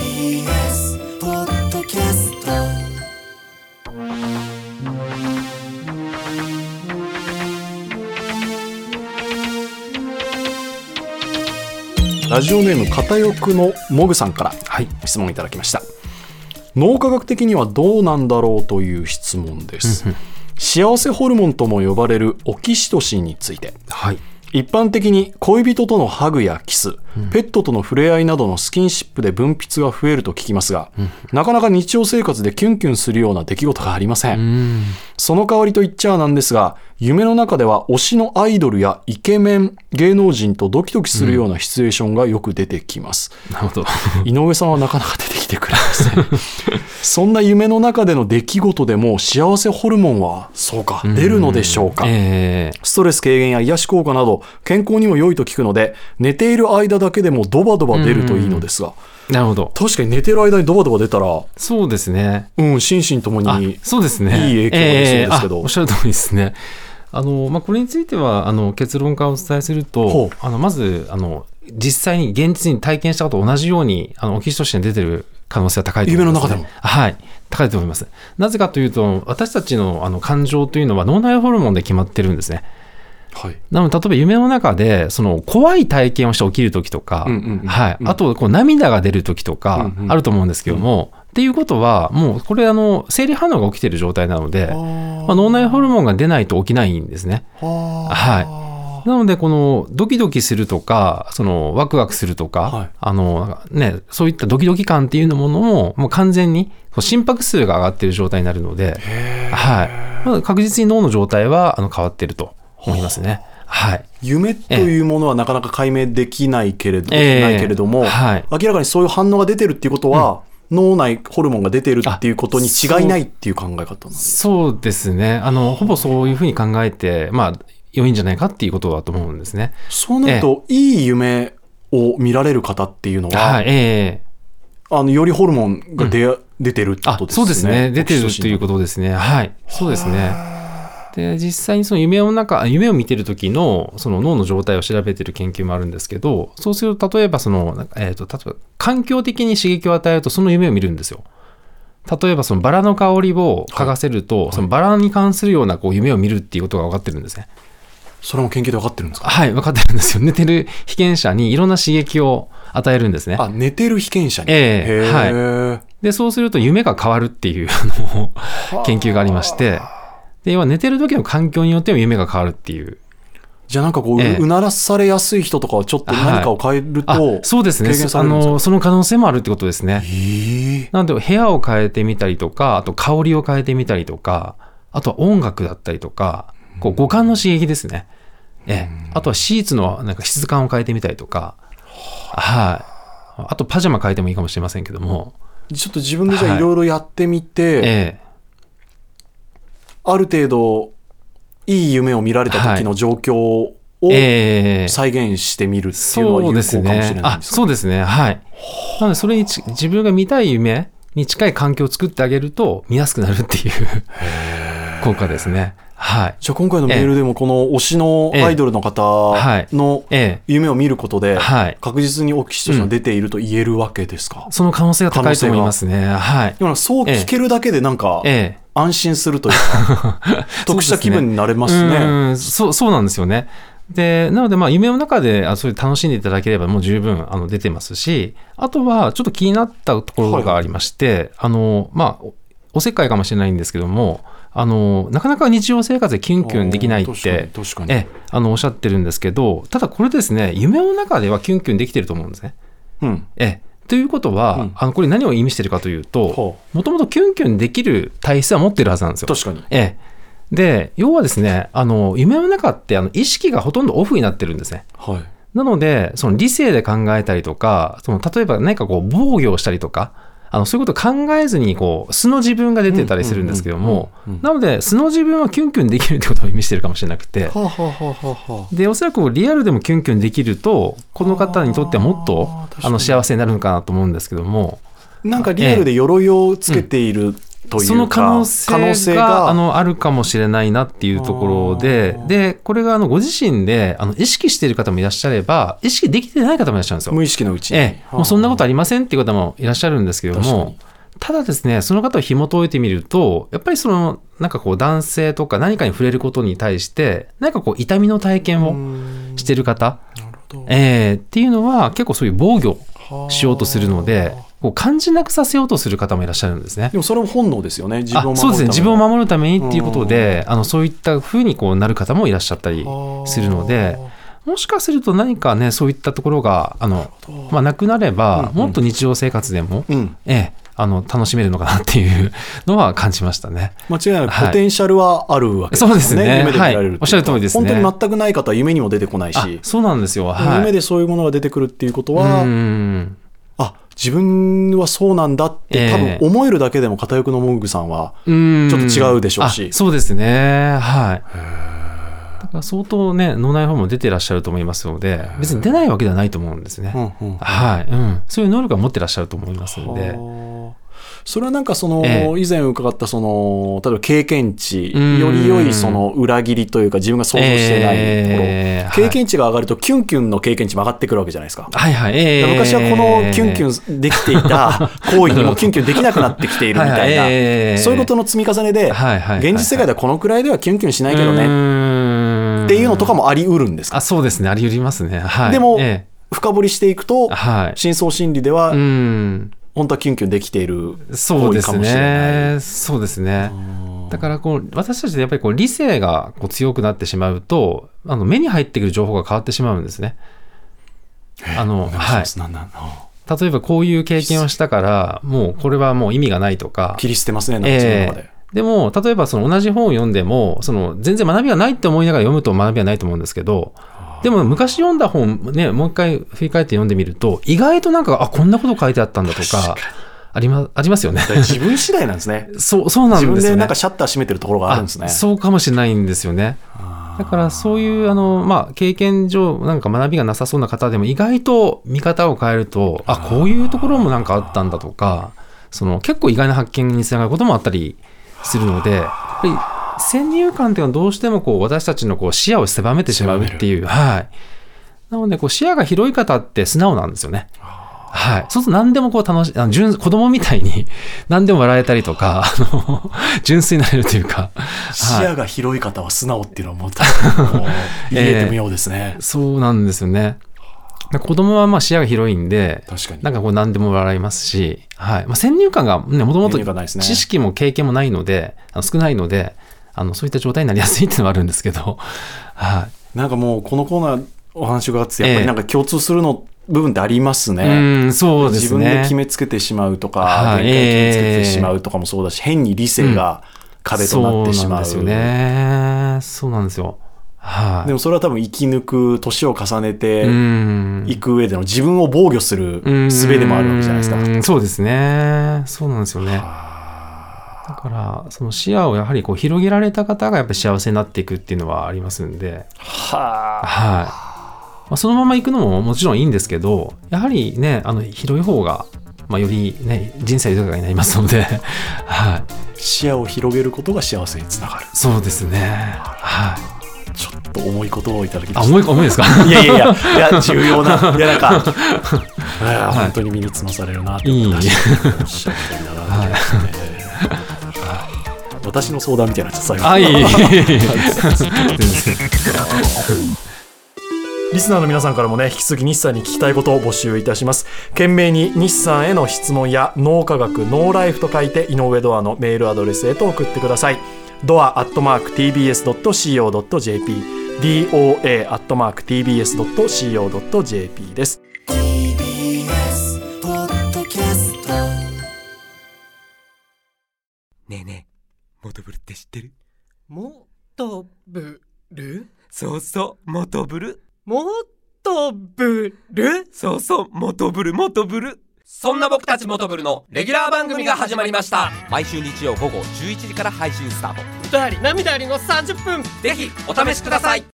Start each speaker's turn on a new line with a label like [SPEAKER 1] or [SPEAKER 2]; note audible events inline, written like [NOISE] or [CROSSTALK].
[SPEAKER 1] TBS ポッドキャスト
[SPEAKER 2] ラジオネーム片翼のモグさんから
[SPEAKER 3] はい
[SPEAKER 2] 質問いただきました脳科学的にはどうなんだろうという質問です幸せホルモンとも呼ばれるオキシトシンについて
[SPEAKER 3] はい
[SPEAKER 2] 一般的に恋人とのハグやキス、ペットとの触れ合いなどのスキンシップで分泌が増えると聞きますが、なかなか日常生活でキュンキュンするような出来事がありません、
[SPEAKER 3] うん
[SPEAKER 2] その代わりと言っちゃなんですが、夢の中では推しのアイドルやイケメン、芸能人とドキドキするようなシチュエーションがよく出てきます。
[SPEAKER 3] なるほど
[SPEAKER 2] 井上さんはなかなか出てきてくれません。 [LAUGHS] そんな夢の中での出来事でも幸せホルモンは、そうか、出るのでしょうか。
[SPEAKER 3] [LAUGHS] ええ
[SPEAKER 2] ストレス軽減や癒し効果など健康にも良いと聞くので寝ている間だけでもドバドバ出るといいのですが
[SPEAKER 3] なるほど
[SPEAKER 2] 確かに寝てる間にドバドバ出たら
[SPEAKER 3] そうですね
[SPEAKER 2] うん心身とも
[SPEAKER 3] あ
[SPEAKER 2] に
[SPEAKER 3] そうですね
[SPEAKER 2] いい影響が出そうですけど
[SPEAKER 3] ええあおっしゃる通りですねあの、まあ、これについてはあの結論からお伝えする
[SPEAKER 2] ほう
[SPEAKER 3] とあのまずあの実際に現実に体験したことと同じようにあのオキシトシンが出てる可能性は高いと思います、
[SPEAKER 2] 夢の中でも
[SPEAKER 3] はい高いと思いますなぜかというと私たちのあの感情というのは脳内ホルモンで決まってるんですね
[SPEAKER 2] はい
[SPEAKER 3] なので例えば夢の中でその怖い体験をして起きる時とか、
[SPEAKER 2] うんうんうん
[SPEAKER 3] はい
[SPEAKER 2] うん
[SPEAKER 3] あとこう涙が出る時とか
[SPEAKER 2] うんうん
[SPEAKER 3] あると思うんですけども、っていうことはもうこれあの生理反応が起きてる状態なのでまあ、脳内ホルモンが出ないと起きないんですね。
[SPEAKER 2] は
[SPEAKER 3] なのでこのドキドキするとかそのワクワクするとか、
[SPEAKER 2] はい
[SPEAKER 3] あのね、そういったドキドキ感っていうものをもう完全にこう心拍数が上がってる状態になるので、はいまあ、確実に脳の状態はあの変わってると思いますね。はい、
[SPEAKER 2] 夢というものはなかなか解明できないけれど,、
[SPEAKER 3] ええ
[SPEAKER 2] ないけれども、
[SPEAKER 3] はい
[SPEAKER 2] 明らかにそういう反応が出てるっていうことは、脳内ホルモンが出てるっていうことに違いないっていう考え方なんです
[SPEAKER 3] そうですねあのほぼそういうふうに考えて、まあ、良いんじゃないかっていうことだと思うんですね。
[SPEAKER 2] そうなると、いい夢を見られる方っていうのは、
[SPEAKER 3] はい、ええ
[SPEAKER 2] あのよりホルモンが出,、出てるってこ
[SPEAKER 3] あ
[SPEAKER 2] とですね。
[SPEAKER 3] そうですね出てる
[SPEAKER 2] オキシ
[SPEAKER 3] と
[SPEAKER 2] トシ
[SPEAKER 3] い
[SPEAKER 2] ン
[SPEAKER 3] うことですねはいそうですねで実際にその夢の中夢を見てる時のその脳の状態を調べてる研究もあるんですけどそうすると例えばその、なんかえー、と例えば環境的に刺激を与えるとその夢を見るんですよ例えばそのバラの香りを嗅がせると、そのバラに関するようなこう夢を見るっていうことが分かってるんですね
[SPEAKER 2] それも研究で分かってるんですか
[SPEAKER 3] はい分かってるんですよ寝てる被験者にいろんな刺激を与えるんですね
[SPEAKER 2] あ寝てる被験者に。
[SPEAKER 3] ええ
[SPEAKER 2] へー
[SPEAKER 3] でそうすると夢が変わるっていう [LAUGHS] あの研究がありましてで要は寝てる時の環境によっても夢が変わるっていう
[SPEAKER 2] じゃあなんかこう、
[SPEAKER 3] ええ
[SPEAKER 2] うならされやすい人とかはちょっと何かを変えると、
[SPEAKER 3] あそうですね
[SPEAKER 2] 軽減さ
[SPEAKER 3] あ
[SPEAKER 2] れるんですか
[SPEAKER 3] のその可能性もあるってことですね
[SPEAKER 2] ええ
[SPEAKER 3] なので部屋を変えてみたりとかあと香りを変えてみたりとかあとは音楽だったりとかこう五感の刺激ですねええあとはシーツのなんか質感を変えてみたりとかはいあとパジャマ変えてもいいかもしれませんけども
[SPEAKER 2] ちょっと自分でじゃ
[SPEAKER 3] は
[SPEAKER 2] あ
[SPEAKER 3] い
[SPEAKER 2] いろいろやってみて、
[SPEAKER 3] ええ
[SPEAKER 2] ある程度いい夢を見られた時の状況を
[SPEAKER 3] ええ
[SPEAKER 2] 再現してみるっていうのは
[SPEAKER 3] そ
[SPEAKER 2] 有効かも
[SPEAKER 3] うで
[SPEAKER 2] しれ
[SPEAKER 3] す
[SPEAKER 2] ないです
[SPEAKER 3] ね
[SPEAKER 2] ね。。
[SPEAKER 3] あ、そうですね。はい。なので、それにち自分が見たい夢に近い環境を作ってあげると、見やすくなるっていう効果ですね。はい。
[SPEAKER 2] じゃあ今回のメールでもこの推しのアイドルの方
[SPEAKER 3] ええ
[SPEAKER 2] の
[SPEAKER 3] え
[SPEAKER 2] 夢を見ることで
[SPEAKER 3] え。はい。
[SPEAKER 2] 確実にオキシトシンが出ていると言えるわけですか、
[SPEAKER 3] その可能性が高いと思いますね。はい。
[SPEAKER 2] でもなんかそう聞けるだけでなんか
[SPEAKER 3] ええ。
[SPEAKER 2] 安心するというか、
[SPEAKER 3] [LAUGHS]
[SPEAKER 2] 得した気分になれますね。
[SPEAKER 3] うんそうそうなんですよね。でなので、まあ、夢の中であそういう楽しんでいただければもう十分あの出てますしあとはちょっと気になったところがありまして、あのまあ、おおせっかいかもしれないんですけどもあのなかなか日常生活でキュンキュンできないっ
[SPEAKER 2] あー
[SPEAKER 3] て
[SPEAKER 2] 確かに確かに
[SPEAKER 3] ええあのおっしゃってるんですけどただこれですね夢の中ではキュンキュンできてると思うんですね。
[SPEAKER 2] うん
[SPEAKER 3] ええということは、
[SPEAKER 2] うん
[SPEAKER 3] あのこれ何を意味してるかとい
[SPEAKER 2] ほ
[SPEAKER 3] うともともとキュンキュンできる体質は持ってるはずなんですよ。
[SPEAKER 2] 確かに。
[SPEAKER 3] ええ、で要はですねあの夢の中ってあの意識がほとんどオフになってるんですね
[SPEAKER 2] はい。
[SPEAKER 3] なのでその理性で考えたりとかその例えば何かこう防御をしたりとかあのそういうことを考えずにこう素の自分が出てたりするんですけども
[SPEAKER 2] うんうんうん
[SPEAKER 3] なので素の自分はキュンキュンできるってことを意味してるかもしれなくて
[SPEAKER 2] はあ、はあはあはあはあ
[SPEAKER 3] でおそらくリアルでもキュンキュンできるとこの方にとってはもっと
[SPEAKER 2] あー確かに
[SPEAKER 3] あの幸せになるのかなと思うんですけども
[SPEAKER 2] なんかリアルで鎧をつけているというか
[SPEAKER 3] その可能性が
[SPEAKER 2] 可能性が
[SPEAKER 3] あのあるかもしれないなっていうところで
[SPEAKER 2] あー
[SPEAKER 3] でこれがあのご自身であの意識している方もいらっしゃれば意識できてない方もいらっしゃるんですよ。
[SPEAKER 2] 無意識のうちに、
[SPEAKER 3] ええ、もうそんなことあ
[SPEAKER 2] あ
[SPEAKER 3] りませんっていう方もいらっしゃるんですけれど
[SPEAKER 2] 確かに
[SPEAKER 3] もただですねその方を紐解いてみるとやっぱりそのなんかこう男性とか何かに触れることに対して何かこう痛みの体験をしてる方、
[SPEAKER 2] なるほど
[SPEAKER 3] ええっていうのは結構そういう防御しようとするので
[SPEAKER 2] はあ
[SPEAKER 3] こう感じなくさせようとする方もいらっしゃるんですね
[SPEAKER 2] で。もそれも本能ですよね自分を
[SPEAKER 3] あ
[SPEAKER 2] 守る
[SPEAKER 3] そうですね自分を
[SPEAKER 2] 守
[SPEAKER 3] 守るためにっていうことであのそういった風にこうなる方もいらっしゃったりするのでもしかすると何かねそういったところがあの、まあ、なくなれ
[SPEAKER 2] うん
[SPEAKER 3] ば
[SPEAKER 2] うん
[SPEAKER 3] もっと日常生活でも、
[SPEAKER 2] うん、
[SPEAKER 3] ええ、あの楽しめるのかなっていうのは感じました
[SPEAKER 2] [LAUGHS]
[SPEAKER 3] ね。
[SPEAKER 2] 間違いな
[SPEAKER 3] はい
[SPEAKER 2] くポテンシャルはあるわけですよ
[SPEAKER 3] そ
[SPEAKER 2] ね。
[SPEAKER 3] うですね
[SPEAKER 2] 夢で見られるってう
[SPEAKER 3] はいおっしゃる通りですね
[SPEAKER 2] 本当に全くない方は夢にも出てこない
[SPEAKER 3] あ
[SPEAKER 2] し、
[SPEAKER 3] そうなんですよ。はい、
[SPEAKER 2] 夢でそういうものが出てくるっていうこと
[SPEAKER 3] う
[SPEAKER 2] は、
[SPEAKER 3] ん
[SPEAKER 2] あ自分はそうなんだって、多
[SPEAKER 3] え
[SPEAKER 2] 分
[SPEAKER 3] え
[SPEAKER 2] 思えるだけでも片翼のモグさんは、
[SPEAKER 3] うん
[SPEAKER 2] ちょっと違うでしょうし
[SPEAKER 3] あそうですねはいだから相当ね脳内ホルモン出てらっしゃると思いますので別に出ないわけではないと思うんですね、
[SPEAKER 2] うんうん
[SPEAKER 3] はい、うん、そういう能力は持ってらっしゃると思いますので
[SPEAKER 2] はあそれはなんかその、
[SPEAKER 3] え
[SPEAKER 2] 以前伺ったその例えば経験値
[SPEAKER 3] うん
[SPEAKER 2] より良いその裏切りというか自分が想像してないところ、
[SPEAKER 3] えー
[SPEAKER 2] 経験値が上がるとキュンキュンの経験値も上がってくるわけじゃないですか。
[SPEAKER 3] はいはい、えー
[SPEAKER 2] 昔はこのキュンキュンできてい
[SPEAKER 3] [LAUGHS]
[SPEAKER 2] た行為にもキュンキュンできなくなってきているみた
[SPEAKER 3] はいはいえ
[SPEAKER 2] い
[SPEAKER 3] え
[SPEAKER 2] な、そういうことの積み重ねで、
[SPEAKER 3] はいはい
[SPEAKER 2] 現実世界ではこのくらいではキュンキュンしないけど
[SPEAKER 3] う
[SPEAKER 2] ね
[SPEAKER 3] ーん
[SPEAKER 2] っていうのとかもあり得るんですか
[SPEAKER 3] あそうですねあり得ますねはい
[SPEAKER 2] でも
[SPEAKER 3] え
[SPEAKER 2] 深掘りしていくと
[SPEAKER 3] ー、はい
[SPEAKER 2] 深層心理では
[SPEAKER 3] う、ん
[SPEAKER 2] 本当はキュンキュンできている
[SPEAKER 3] そ
[SPEAKER 2] 行
[SPEAKER 3] うで
[SPEAKER 2] 為か
[SPEAKER 3] す
[SPEAKER 2] もしれない。
[SPEAKER 3] ねそうですねだからこう私たちでやっぱりこう理性がこう強くなってしまうとあの目に入ってくる情報が変わってしまうんですねあの
[SPEAKER 2] お願いし
[SPEAKER 3] はい
[SPEAKER 2] ますなんなんあ
[SPEAKER 3] 例えばこういう経験をしたからもうこれはもう意味がないとか
[SPEAKER 2] 切り捨てますね、なんか自分の
[SPEAKER 3] え
[SPEAKER 2] 中で
[SPEAKER 3] え。でも例えばその同じ本を読んでもその全然学びがないって思いながら読むと学びはないと思うんですけどでも昔読んだ本ねもう一回振り返って読んでみると意外となんかあこんなこと書いてあったんだとかあり,、まありますよね。
[SPEAKER 2] だから自分次第なんですね
[SPEAKER 3] そうそうなん
[SPEAKER 2] 自
[SPEAKER 3] ですよね
[SPEAKER 2] 分でなんかシャッター閉めてるところがあるんですね
[SPEAKER 3] あ。そうかもしれないんですよねだからそういうあの、まあ、経験上なんか学びがなさそうな方でも意外と見方を変えるとあこういうところもなんかあったんだとかその結構意外な発見につながることもあったりするのでやっぱり先入観っていうのはどうしてもこう私たちのこう視野を狭めてしまうっていう、はい、なのでこう視野が広い方って素直なんですよね。はい。そうすると何でもこう楽しい、あの純子供みたいに [LAUGHS] 何でも笑えたりとか、あの、 [LAUGHS] 純粋になれるというか、
[SPEAKER 2] 視野が広い方は素直っていうのはもう
[SPEAKER 3] [LAUGHS]
[SPEAKER 2] 多分もう言えてみようですね。
[SPEAKER 3] そうなんですよね。子供はまあ視野が広いんで、
[SPEAKER 2] 確かに。
[SPEAKER 3] なんかこう何でも笑いますし、はい。まあ、先入観がね、もともと
[SPEAKER 2] 先入観ないですね
[SPEAKER 3] 知識も経験もないので、あの少ないので、あの、そういった状態になりやすいっていうのはあるんですけど、はい。
[SPEAKER 2] なんかもうこのコーナーお話伺っててやっぱ
[SPEAKER 3] ええ
[SPEAKER 2] りなんか共通するの部分ってあります
[SPEAKER 3] う
[SPEAKER 2] ね。
[SPEAKER 3] ん、そうですね。
[SPEAKER 2] 自分で決めつけてしまうとか、
[SPEAKER 3] は
[SPEAKER 2] 限界決
[SPEAKER 3] い
[SPEAKER 2] めつけてしまうとかもそうだし、変に理性が壁となってしまう。
[SPEAKER 3] そうなんですよね。そうなんですよ。はい。
[SPEAKER 2] でもそれは多分生き抜く、年を重ねて
[SPEAKER 3] うん
[SPEAKER 2] いく上での自分を防御する術でもあるわけじゃないですか。
[SPEAKER 3] うんそうですね。そうなんですよね。だから、その視野をやはりこう広げられた方がやっぱり幸せになっていくっていうのはありますんで、
[SPEAKER 2] はあ。
[SPEAKER 3] はい。まあ、そのまま行くのももちろんいいんですけど、やはりね、あの、広い方が、まあ、よりね、人生豊かになりますので、 [LAUGHS] はい。
[SPEAKER 2] 視野を広げることが幸せにつながる。
[SPEAKER 3] そうですね。はい。
[SPEAKER 2] ちょっと重いことをいただき
[SPEAKER 3] あ、
[SPEAKER 2] まし
[SPEAKER 3] 重い、重いですか
[SPEAKER 2] た。いやいやいや、いや、重要な、いや、なん [LAUGHS] か、いや本当に身につまされるなって
[SPEAKER 3] いい。
[SPEAKER 2] おっしゃってるながらね私の相談みたいになっちゃった最後
[SPEAKER 3] あ、いい。
[SPEAKER 2] [LAUGHS]
[SPEAKER 3] 네,
[SPEAKER 2] リスナーの皆さんからもね引き続き日産に聞きたいことを募集いたします懸命に日産への質問や脳科学ノーライフと書いて井上ドアのメールアドレスへと送ってくださいドアアットマーク TBS.CO.JP DOA アットマーク TBS.CO.JP です
[SPEAKER 1] TBS ポッドキャスト
[SPEAKER 4] ねえねえ、モトブルって知ってる
[SPEAKER 5] もとぶる
[SPEAKER 4] そうそう、モトブル。
[SPEAKER 5] もとぶる
[SPEAKER 4] そうそう、モトブル、モトブル。
[SPEAKER 5] そんな僕たちモトブルのレギュラー番組が始まりました
[SPEAKER 4] 毎週日曜午後11時から配信スタート。
[SPEAKER 5] 歌あり涙ありの30分
[SPEAKER 4] ぜひ、お試しください。